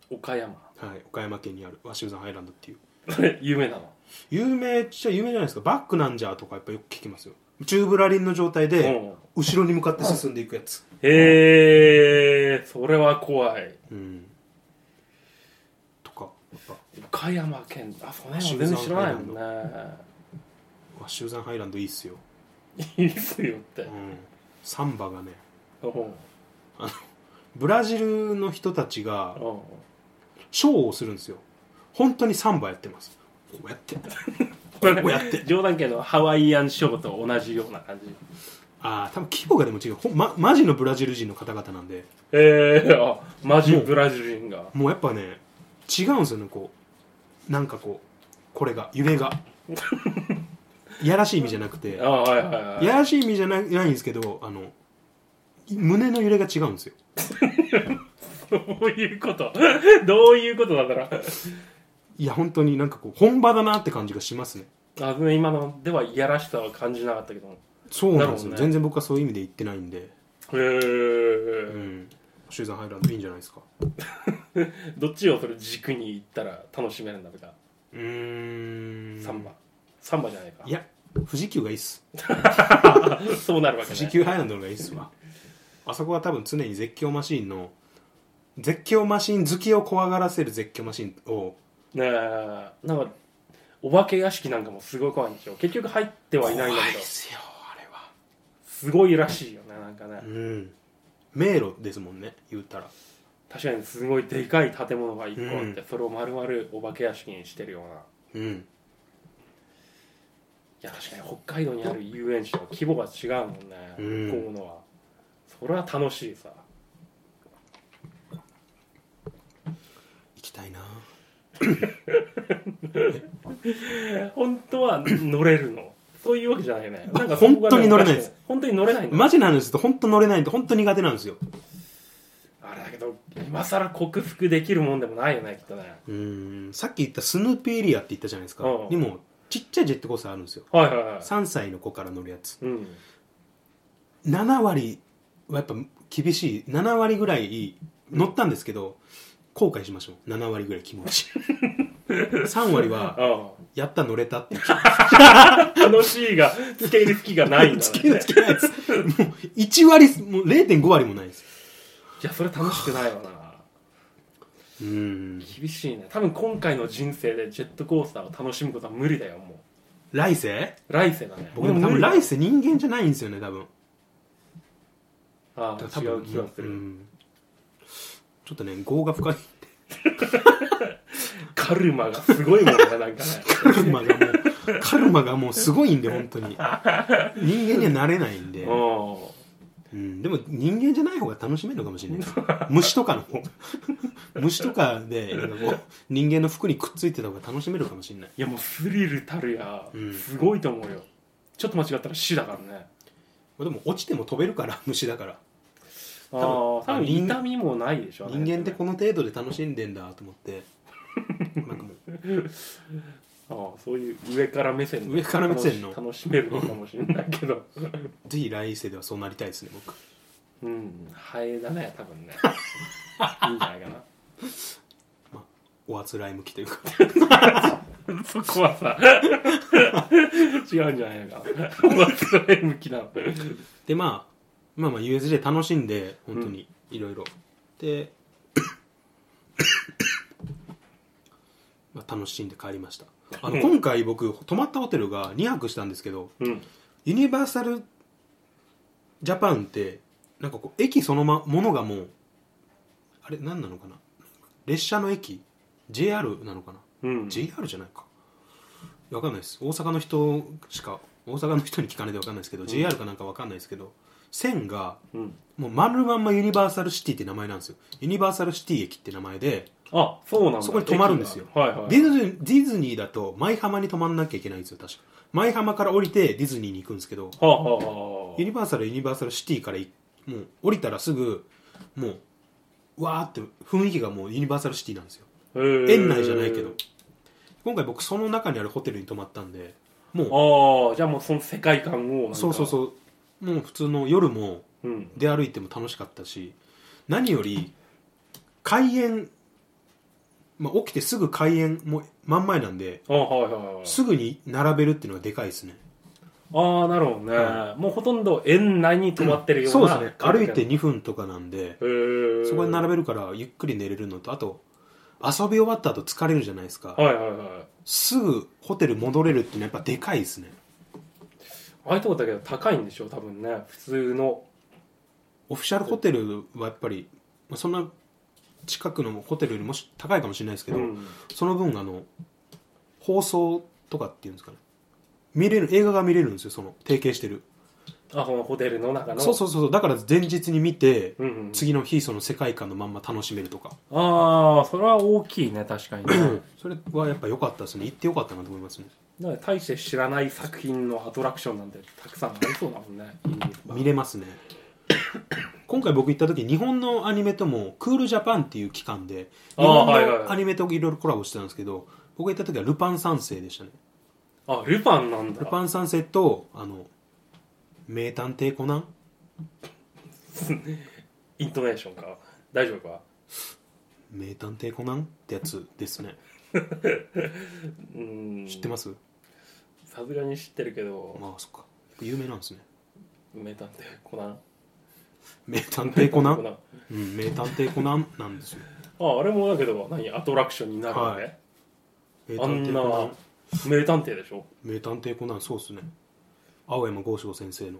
Speaker 2: 岡山
Speaker 1: はい、岡山県にある和州山ハイランドっていう。
Speaker 2: これ有名なの
Speaker 1: 有名っちゃ有名じゃないですか。バックなんじゃとかやっぱよく聞きますよ。チューブラリンの状態で、後ろに向かって進んでいくやつ。
Speaker 2: へえー、それは怖い
Speaker 1: うんとかやっぱ
Speaker 2: 岡山県あその辺は全然知らないもん ね
Speaker 1: わシューザンハイランドいいっすよ、
Speaker 2: いいっすよって
Speaker 1: う、ん、サンバがね
Speaker 2: うんうん
Speaker 1: ブラジルの人たちがショーをするんですよ本当にサンバやってますこうやってこうやって
Speaker 2: 冗談けどハワイアンショーと同じような感じ
Speaker 1: ああ多分規模がでも違うほん、ま、マジのブラジル人の方々なんで
Speaker 2: ええあマジブラジル人が
Speaker 1: もうやっぱね違うんですよねこうなんかこうこれが揺れ がいやらしい意味じゃなくて
Speaker 2: あはいはいはい
Speaker 1: いやらしい意味じゃないないんですけどあの胸の揺れが違うんですよ
Speaker 2: どういうこと どういうことだから
Speaker 1: いや本当になんかこう本場だなって感じがしますね
Speaker 2: あでも今のではいやらしさは感じなかったけども
Speaker 1: そうなんですよ、
Speaker 2: なるほどね
Speaker 1: 全然僕はそういう意味で言ってないんで
Speaker 2: へえ
Speaker 1: うんシューザンハイランドいいんじゃないですか
Speaker 2: どっちをそれ軸に行ったら楽しめるんだとか、
Speaker 1: うーん
Speaker 2: サンバサンバじゃないか
Speaker 1: いや富士急がいいっす
Speaker 2: そうなるわけ
Speaker 1: 富士
Speaker 2: ね
Speaker 1: 急ハイランドの方がいいっすわあそこは多分常に絶叫マシーンの絶叫マシーン好きを怖がらせる絶叫マシーンを
Speaker 2: ねえなんかお化け屋敷なんかもすごい怖いんでしょ結局入ってはいないんだけど
Speaker 1: っすよあれは
Speaker 2: すごいらしいよねなんかね
Speaker 1: うん迷路ですもんね言うたら
Speaker 2: 確かにすごいでかい建物が一個あって、
Speaker 1: う
Speaker 2: それを丸々お化け屋敷にしてるような
Speaker 1: うん
Speaker 2: いや確かに北海道にある遊園地とは規模が違うもんね、
Speaker 1: うん
Speaker 2: こういうのはそれは楽しいさ
Speaker 1: 行きたいな
Speaker 2: 本当は乗れるのそういうわけじゃないよね。なんか
Speaker 1: 本当に乗れないです。
Speaker 2: 本当に乗れないんだ。
Speaker 1: マジな話すると本当乗れないんで本当苦手なんですよ
Speaker 2: あれだけど、今更克服できるもんでもないよね、きっとね。
Speaker 1: うーんさっき言ったスヌーピーエリアって言ったじゃないですか
Speaker 2: うん
Speaker 1: にもちっちゃいジェットコースターあるんですよ
Speaker 2: はいはいはい。
Speaker 1: 3歳の子から乗るやつ
Speaker 2: うん。
Speaker 1: 7割はやっぱ厳しい7割ぐらい乗ったんですけど後悔しましょう7割ぐらい気持 ち3割は
Speaker 2: あ
Speaker 1: やった乗れたって
Speaker 2: あ。楽しいが、つけ入る気がないんだ
Speaker 1: つ
Speaker 2: ね。
Speaker 1: けないつけないですもう1割もう0.5割もないです
Speaker 2: いや、それ楽しくないわな。
Speaker 1: うーん
Speaker 2: 厳しいね。多分今回の人生でジェットコースターを楽しむことは無理だよ、も
Speaker 1: 来世
Speaker 2: う。来世だね。
Speaker 1: 僕でも多分来
Speaker 2: 世
Speaker 1: 世人間じゃないんですよね多分
Speaker 2: ああ、
Speaker 1: 多
Speaker 2: 違
Speaker 1: 分
Speaker 2: う気がす
Speaker 1: う
Speaker 2: る。
Speaker 1: んちょっとね業が深い
Speaker 2: カルマがすごいもんね、なんかね。
Speaker 1: カルマがもうカルマがもうすごいんで本当に人間にはなれないんで
Speaker 2: うん。
Speaker 1: うん、でも人間じゃない方が楽しめるのかもしれない虫とかの方虫とかでなんかこう人間の服にくっついてた方が楽しめるかもしれない
Speaker 2: いやもうスリルたるや、
Speaker 1: うん
Speaker 2: すごいと思うよちょっと間違ったら死だからね
Speaker 1: でも落ちても飛べるから虫だから
Speaker 2: あ
Speaker 1: 分
Speaker 2: ー多
Speaker 1: あ
Speaker 2: 分
Speaker 1: 人
Speaker 2: 痛みもないでしょ
Speaker 1: 人間ってこ
Speaker 2: の
Speaker 1: の程度で楽しんでんだと思ってなんかもう
Speaker 2: あーそういう上から目線の
Speaker 1: 上から目線の
Speaker 2: 楽し楽しめるのかもしれないけど
Speaker 1: ぜひ来世ではそうなりたいですね僕
Speaker 2: うんハエだね多 分ねいいんじゃないかな
Speaker 1: おあつらい向きというか
Speaker 2: そこはさ 違うんじゃないのか面白い向きなの
Speaker 1: で、まあ、まあまあ USJ 楽しんで本当にいろいろでまあ楽しんで帰りましたあの
Speaker 2: うん
Speaker 1: 今回僕泊まったホテルが2泊したんですけど
Speaker 2: うん
Speaker 1: ユニバーサルジャパンってなんかこう駅そのまものがもうあれ何なのかな列車の駅 JR なのかな、
Speaker 2: うん、
Speaker 1: JR じゃないか分かんないです大阪の人しか大阪の人に聞かないと分かんないですけど、JR かなんか分かんないですけど線が
Speaker 2: うん、
Speaker 1: もう丸まんまユニバーサルシティって名前なんですよユニバーサルシティ駅って名前で
Speaker 2: あそうなんだ
Speaker 1: そこに泊まるんですよ
Speaker 2: 駅がはいはい
Speaker 1: ディズニーディズニーだと舞浜に泊まんなきゃいけないんですよ確か舞浜から降りてディズニーに行くんですけど
Speaker 2: はあ、はあはあ
Speaker 1: ユニバーサルユニバーサルシティからいもう降りたらすぐもううわーって雰囲気がもうユニバーサルシティなんですよ
Speaker 2: へー
Speaker 1: 園内じゃないけど今回僕その中にあるホテルに泊まったんでもう
Speaker 2: ああじゃあもうその世界観をなんか
Speaker 1: そうそうそうもう普通の夜も
Speaker 2: うん
Speaker 1: 出歩いても楽しかったし何より開園、まあ、起きてすぐ開園も真ん前なんで
Speaker 2: あはいはいはい
Speaker 1: すぐに並べるっていうのがでかいですね
Speaker 2: ああなるほどね、
Speaker 1: は
Speaker 2: もうほとんど園内に泊まってるような、
Speaker 1: そうですね歩いて
Speaker 2: へ
Speaker 1: 2分とかなんで
Speaker 2: え
Speaker 1: そこに並
Speaker 2: べ
Speaker 1: べるからゆっくり寝れるのとあと遊び終わった後疲れるじゃないですか
Speaker 2: はいはいはい
Speaker 1: すぐホテル戻れるっていうのはやっぱでかいですね
Speaker 2: ああいうとこだけど高いんでしょ多分ね普通の
Speaker 1: オフィシャルホテルはやっぱり、まあ、そんな近くのホテルよりもし高いかもしれないですけど、
Speaker 2: うん
Speaker 1: その分あの放送とかっていうんですかね見れる映画が見れるんですよその提携してる
Speaker 2: あそのホテルの中の
Speaker 1: そうそうそうそうだから前日に見て、
Speaker 2: うんうん、
Speaker 1: 次の日その世界観のまんま楽しめるとか、
Speaker 2: ああそれは大きいね確か にね
Speaker 1: それはやっぱ良かったですね行って良かったなと思いますね
Speaker 2: だから大して知らない作品のアトラクションなんてたくさんありそうだもんねいい
Speaker 1: 見れ ますね今回僕行った時日本のアニメともクールジャパンっていう期間で
Speaker 2: あ
Speaker 1: 日
Speaker 2: ー
Speaker 1: 本
Speaker 2: はいはいはい
Speaker 1: のアニメといろいろコラボしてたんですけど僕が行った時はルパン三世でしたね
Speaker 2: あルパンなんだ
Speaker 1: ルパン三世とあの名探偵コナン
Speaker 2: イントネーションか大丈夫か
Speaker 1: 名探偵コナンってやつですね
Speaker 2: うん
Speaker 1: 知ってます、
Speaker 2: すさすがに知ってるけど、
Speaker 1: まあそっか有名なんですね
Speaker 2: 名探偵コナン
Speaker 1: 名探偵コナンうん名探偵コナンなんですよ
Speaker 2: ああれもだけど何アトラクションになるのね、
Speaker 1: 名
Speaker 2: あ
Speaker 1: 探
Speaker 2: ん
Speaker 1: 偵
Speaker 2: な
Speaker 1: コナン
Speaker 2: 名探偵でしょ
Speaker 1: 名探偵コナンそうっすね青山剛昌先生の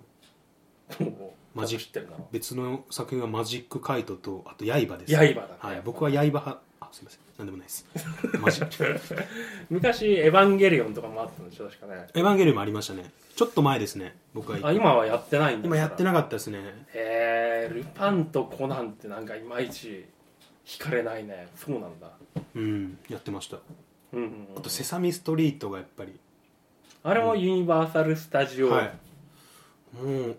Speaker 1: マジ
Speaker 2: 知ってるな
Speaker 1: 別の作品はマジックカイトとあと刃です
Speaker 2: 刃だね
Speaker 1: はい、僕は刃派あすいません何でもないですマ ジエヴ
Speaker 2: 昔「エヴァンゲリオン」とかもあったんでしょ確かね
Speaker 1: ァンゲリオンもありましたねちょっと前ですね僕は
Speaker 2: あ今はやってないんだ
Speaker 1: 今やって
Speaker 2: い
Speaker 1: なかったですね
Speaker 2: へえルパンとコナンってなんかいまいち惹かれないねそうなんだ
Speaker 1: うんやってました
Speaker 2: うんうんうん、
Speaker 1: あと「セサミストリート」がやっぱり
Speaker 2: あれもユニバーサル・スタジオ、
Speaker 1: はいもう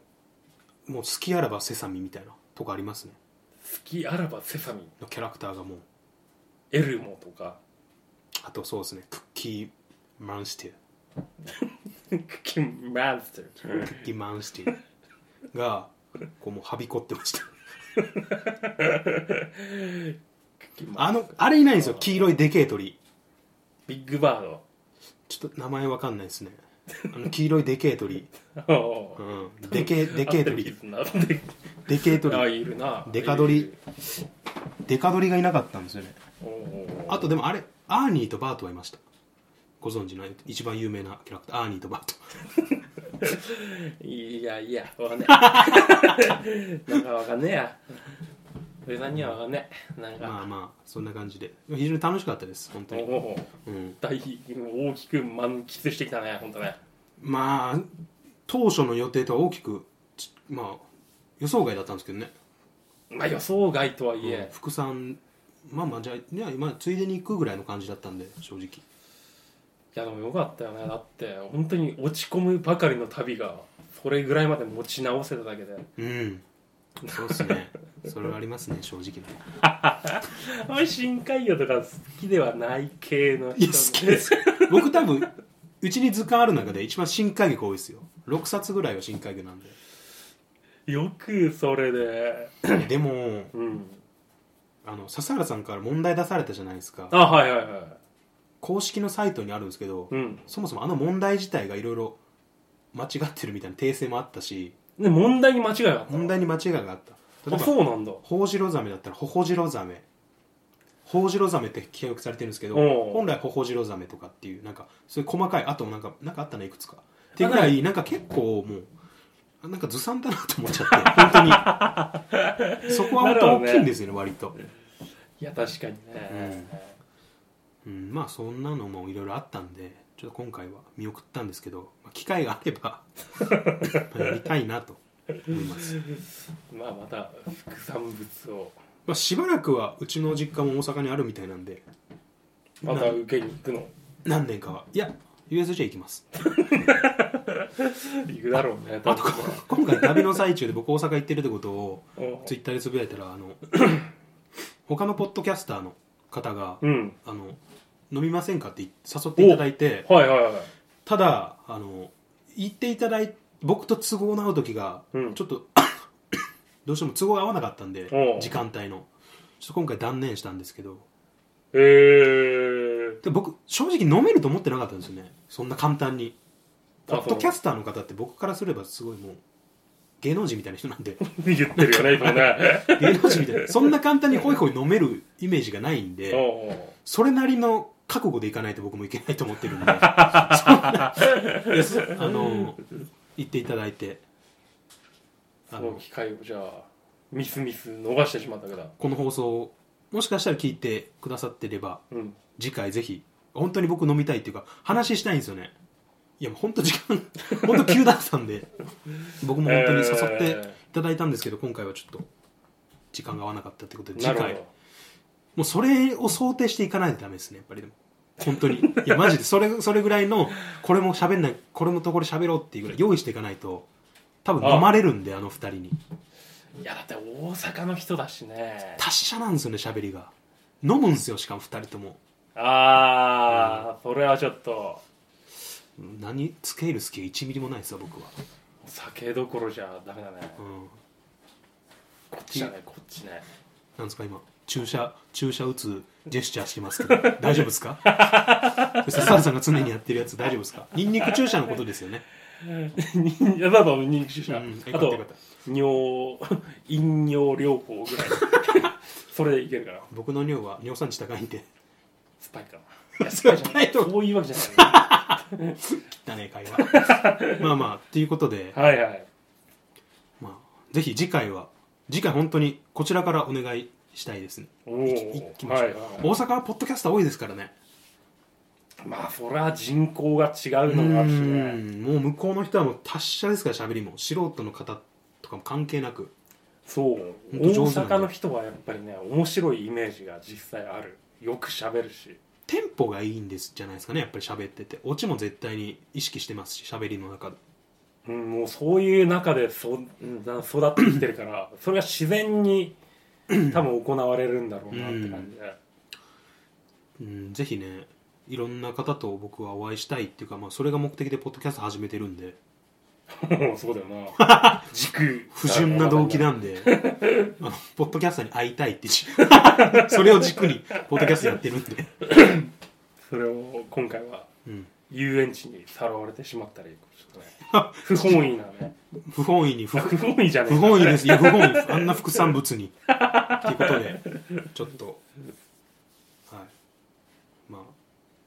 Speaker 1: もう好きあらばセサミみたいなとこありますね
Speaker 2: 好きあらばセサミン
Speaker 1: のキャラクターがもう
Speaker 2: エルモとか
Speaker 1: あとそうですねクッキーマンシティ
Speaker 2: キム・マンスター
Speaker 1: クッキーマンシティがこうもうはびこってましたあのあれいないんですよ黄色いでけえ鳥
Speaker 2: ビッグバー
Speaker 1: ちょっと名前わかんないですねあの黄色いでけえ鳥、
Speaker 2: ド
Speaker 1: うん、でけえでけえ鳥でけえ
Speaker 2: あ
Speaker 1: 鳥
Speaker 2: いるな
Speaker 1: デカ鳥デカ鳥がいなかったんですよね
Speaker 2: おー
Speaker 1: あとでもあれアーニーとバートはいましたご存知ない一番有名なキャラクターアーニーとバート
Speaker 2: いやいやわ かんねえなんかわかんねえや俺さんにはわかんねえなんか、
Speaker 1: まあまあそんな感じで非常に楽しかったです本当
Speaker 2: お
Speaker 1: に、
Speaker 2: おー
Speaker 1: うん、
Speaker 2: 大大きく満喫してきたね本当ね
Speaker 1: まあ当初の予定とは大きくちまあ予想外だったんですけどね、
Speaker 2: まあ予想外とはい
Speaker 1: うん
Speaker 2: え、
Speaker 1: 副産まあまあじゃあいや、まあ、ついでに行くぐらいの感じだったんで正直
Speaker 2: いやでもよかったよねだって本当に落ち込むばかりの旅がそれぐらいまで持ち直せただけで
Speaker 1: うんそうですねそれはありますね正直ね
Speaker 2: あんまり深海魚とか好きではない系の
Speaker 1: い
Speaker 2: 人
Speaker 1: や好きです僕多分うちに図鑑ある中で一番深海魚が多いですよ6冊ぐらいは深海魚なんで
Speaker 2: よくそれで
Speaker 1: いやでも
Speaker 2: うん
Speaker 1: あの笹原さんから問題出されたじゃないですか
Speaker 2: あはいはいはい
Speaker 1: 公式のサイトにあるんですけど、
Speaker 2: うん
Speaker 1: そもそもあの問題自体がいろいろ間違ってるみたいな訂正もあったし
Speaker 2: で問題に間違いがあったの
Speaker 1: 問題に間違いがあった例
Speaker 2: あ
Speaker 1: えば
Speaker 2: そうなんだ
Speaker 1: ホウジロザメだったらホホジロザメホウジロザメって記憶されてるんですけど
Speaker 2: おう
Speaker 1: 本来ホホジロザメとかっていうなんかそういう細かいあとなんかなんかあったねいくつかっていうぐらいなんか結構もうあなんかずさんだなと思っちゃって本 当にそこは本当大きいんですよね割と
Speaker 2: いや確かにね、
Speaker 1: うん、まあそんなのもいろいろあったんでちょっと今回は見送ったんですけど、まあ、機会があればやりたいなと思います、
Speaker 2: まあまた副産物を
Speaker 1: まあ、しばらくはうちの実家も大阪にあるみたいなんで
Speaker 2: また受けに行くの
Speaker 1: 何年かはいや USJ 行きます
Speaker 2: 行くだろうね
Speaker 1: あとこ今回旅の最中で僕大阪行ってるってことを
Speaker 2: うん
Speaker 1: ツイッターでつぶやいたらあの 他のポッドキャスターの方が、
Speaker 2: うん
Speaker 1: あの飲みませんかって誘っていただいて
Speaker 2: はいはいはい
Speaker 1: ただあの言っていただい僕と都合の合う時が、
Speaker 2: うん
Speaker 1: ちょっと どうしても都合が合わなかったんで
Speaker 2: おう
Speaker 1: 時間帯のちょっと今回断念したんですけど
Speaker 2: えー、
Speaker 1: で僕正直飲めると思ってなかったんですよねそんな簡単に
Speaker 2: あそ
Speaker 1: ポ
Speaker 2: う
Speaker 1: ッドキャスターの方って僕からすればすごいもう芸能人みたいな人なんで
Speaker 2: 言ってるよね今 ね
Speaker 1: 芸能人みたいなそんな簡単にホイホイ飲めるイメージがないんで
Speaker 2: おうおう
Speaker 1: それなりの覚悟でいかないと僕もいけないと思って るんでそんないやそあの言っていただいてあ
Speaker 2: その
Speaker 1: の
Speaker 2: 機会をじゃあミスミス逃してしまったけど
Speaker 1: この放送をもしかしたら聞いてくださってれば
Speaker 2: うん
Speaker 1: 次回ぜひ本当に僕飲みたいっていうか話したいんですよねいやもう本当時間 本当急だったんで僕も本当に誘っていただいたんですけど、今回はちょっと時間が合わなかったってことで
Speaker 2: な
Speaker 1: 次
Speaker 2: るほ
Speaker 1: 回もうそれを想定していかないとダメですねやっぱりでも本当にいやマジでそれそれぐらいのこれも喋んないこれもとこれ喋ろうっていうぐらい用意していかないと多分飲まれるんであの二人に
Speaker 2: どいやだって大阪の人だしね
Speaker 1: 達者なんですよね喋りが飲むんですよしかも二人とも
Speaker 2: ああ、それはちょっと
Speaker 1: 何つけ入る隙1ミリもないですよ僕は、
Speaker 2: 酒どころじゃダメだね
Speaker 1: うん、
Speaker 2: こっちだねこっちね
Speaker 1: なんですか今注射注射打つジェスチャーしてますけど大丈夫 ですか笹原さんが常にやってるやつ大丈夫ですかニンニク注射のことですよね、
Speaker 2: いやだと認知し
Speaker 1: う
Speaker 2: た、
Speaker 1: ん、よか
Speaker 2: あ
Speaker 1: った
Speaker 2: と
Speaker 1: よかった
Speaker 2: 尿飲尿療法 ぐらいそれでいけるから
Speaker 1: 僕の尿は尿酸値高いんで
Speaker 2: スパイかないやスパイじゃ
Speaker 1: 酸
Speaker 2: な
Speaker 1: っぱい
Speaker 2: い
Speaker 1: と
Speaker 2: そういうわけじゃな
Speaker 1: だね会話 まあまあっていうことで、
Speaker 2: いはいはい
Speaker 1: まあ、ぜひ次回は次回本当にこちらからお願いしたいですね
Speaker 2: お
Speaker 1: い行きましょう、
Speaker 2: はいはい
Speaker 1: 大阪はポッドキャスター多いですからね
Speaker 2: まあそりゃ人口が違うのもあるしね
Speaker 1: うんもう向こうの人はもう達者ですから喋りも素人の方とかも関係なく
Speaker 2: そう
Speaker 1: ほん
Speaker 2: 大
Speaker 1: と上手なんだよ
Speaker 2: 阪の人はやっぱりね面白いイメージが実際あるよく喋るし
Speaker 1: テン歩がいいんですじゃないですかねやっぱり喋っててオチも絶対に意識してますし喋りの中で
Speaker 2: うん、もうそういう中でそうんな育ってきて るからそれが自然に多分行われるんだろうなって感じで、
Speaker 1: うんぜひねいろんな方と僕はお会いしたいっていうか、まあ、それが目的でポッドキャスト始めてるんで
Speaker 2: もうそうだよな 軸
Speaker 1: 不純な動機なんであのポッドキャスターに会いたいっていう それを軸にポッドキャストやってるんで、
Speaker 2: それを今回は
Speaker 1: うん、
Speaker 2: 遊園地にさらわれてしまったりちょっとね不本意な ね
Speaker 1: 不本意に不
Speaker 2: あ不本意じゃねえ
Speaker 1: 不本意ですいや不本意あんな副産物にっていうことでちょっとはいまあ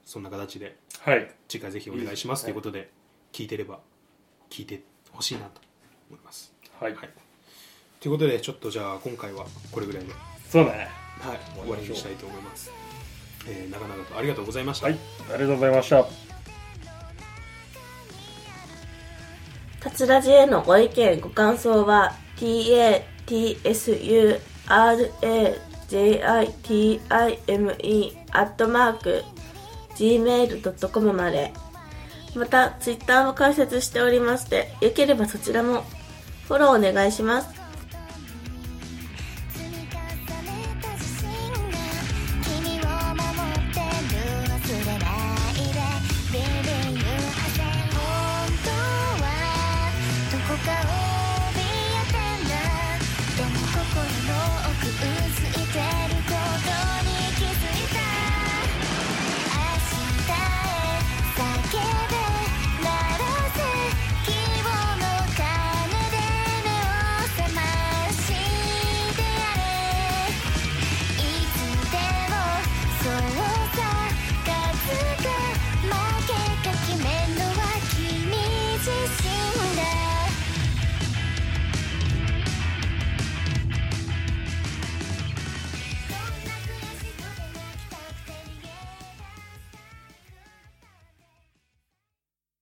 Speaker 1: そんな形で
Speaker 2: はい
Speaker 1: 次回ぜひお願いしますということで聞いてれば聞いてほしいなと思います
Speaker 2: はい、
Speaker 1: はいということでちょっとじゃあ今回はこれぐらいで、
Speaker 2: そうだね
Speaker 1: はい、終わりにしたいと思います、えー長々とありがとうございました、
Speaker 2: はいありがとうございました
Speaker 3: カツラジへのご意見、ご感想は、tatsuraJITIME アットマーク、gmail.com まで。また、ツイッターを開設しておりまして、よければそちらもフォローお願いします。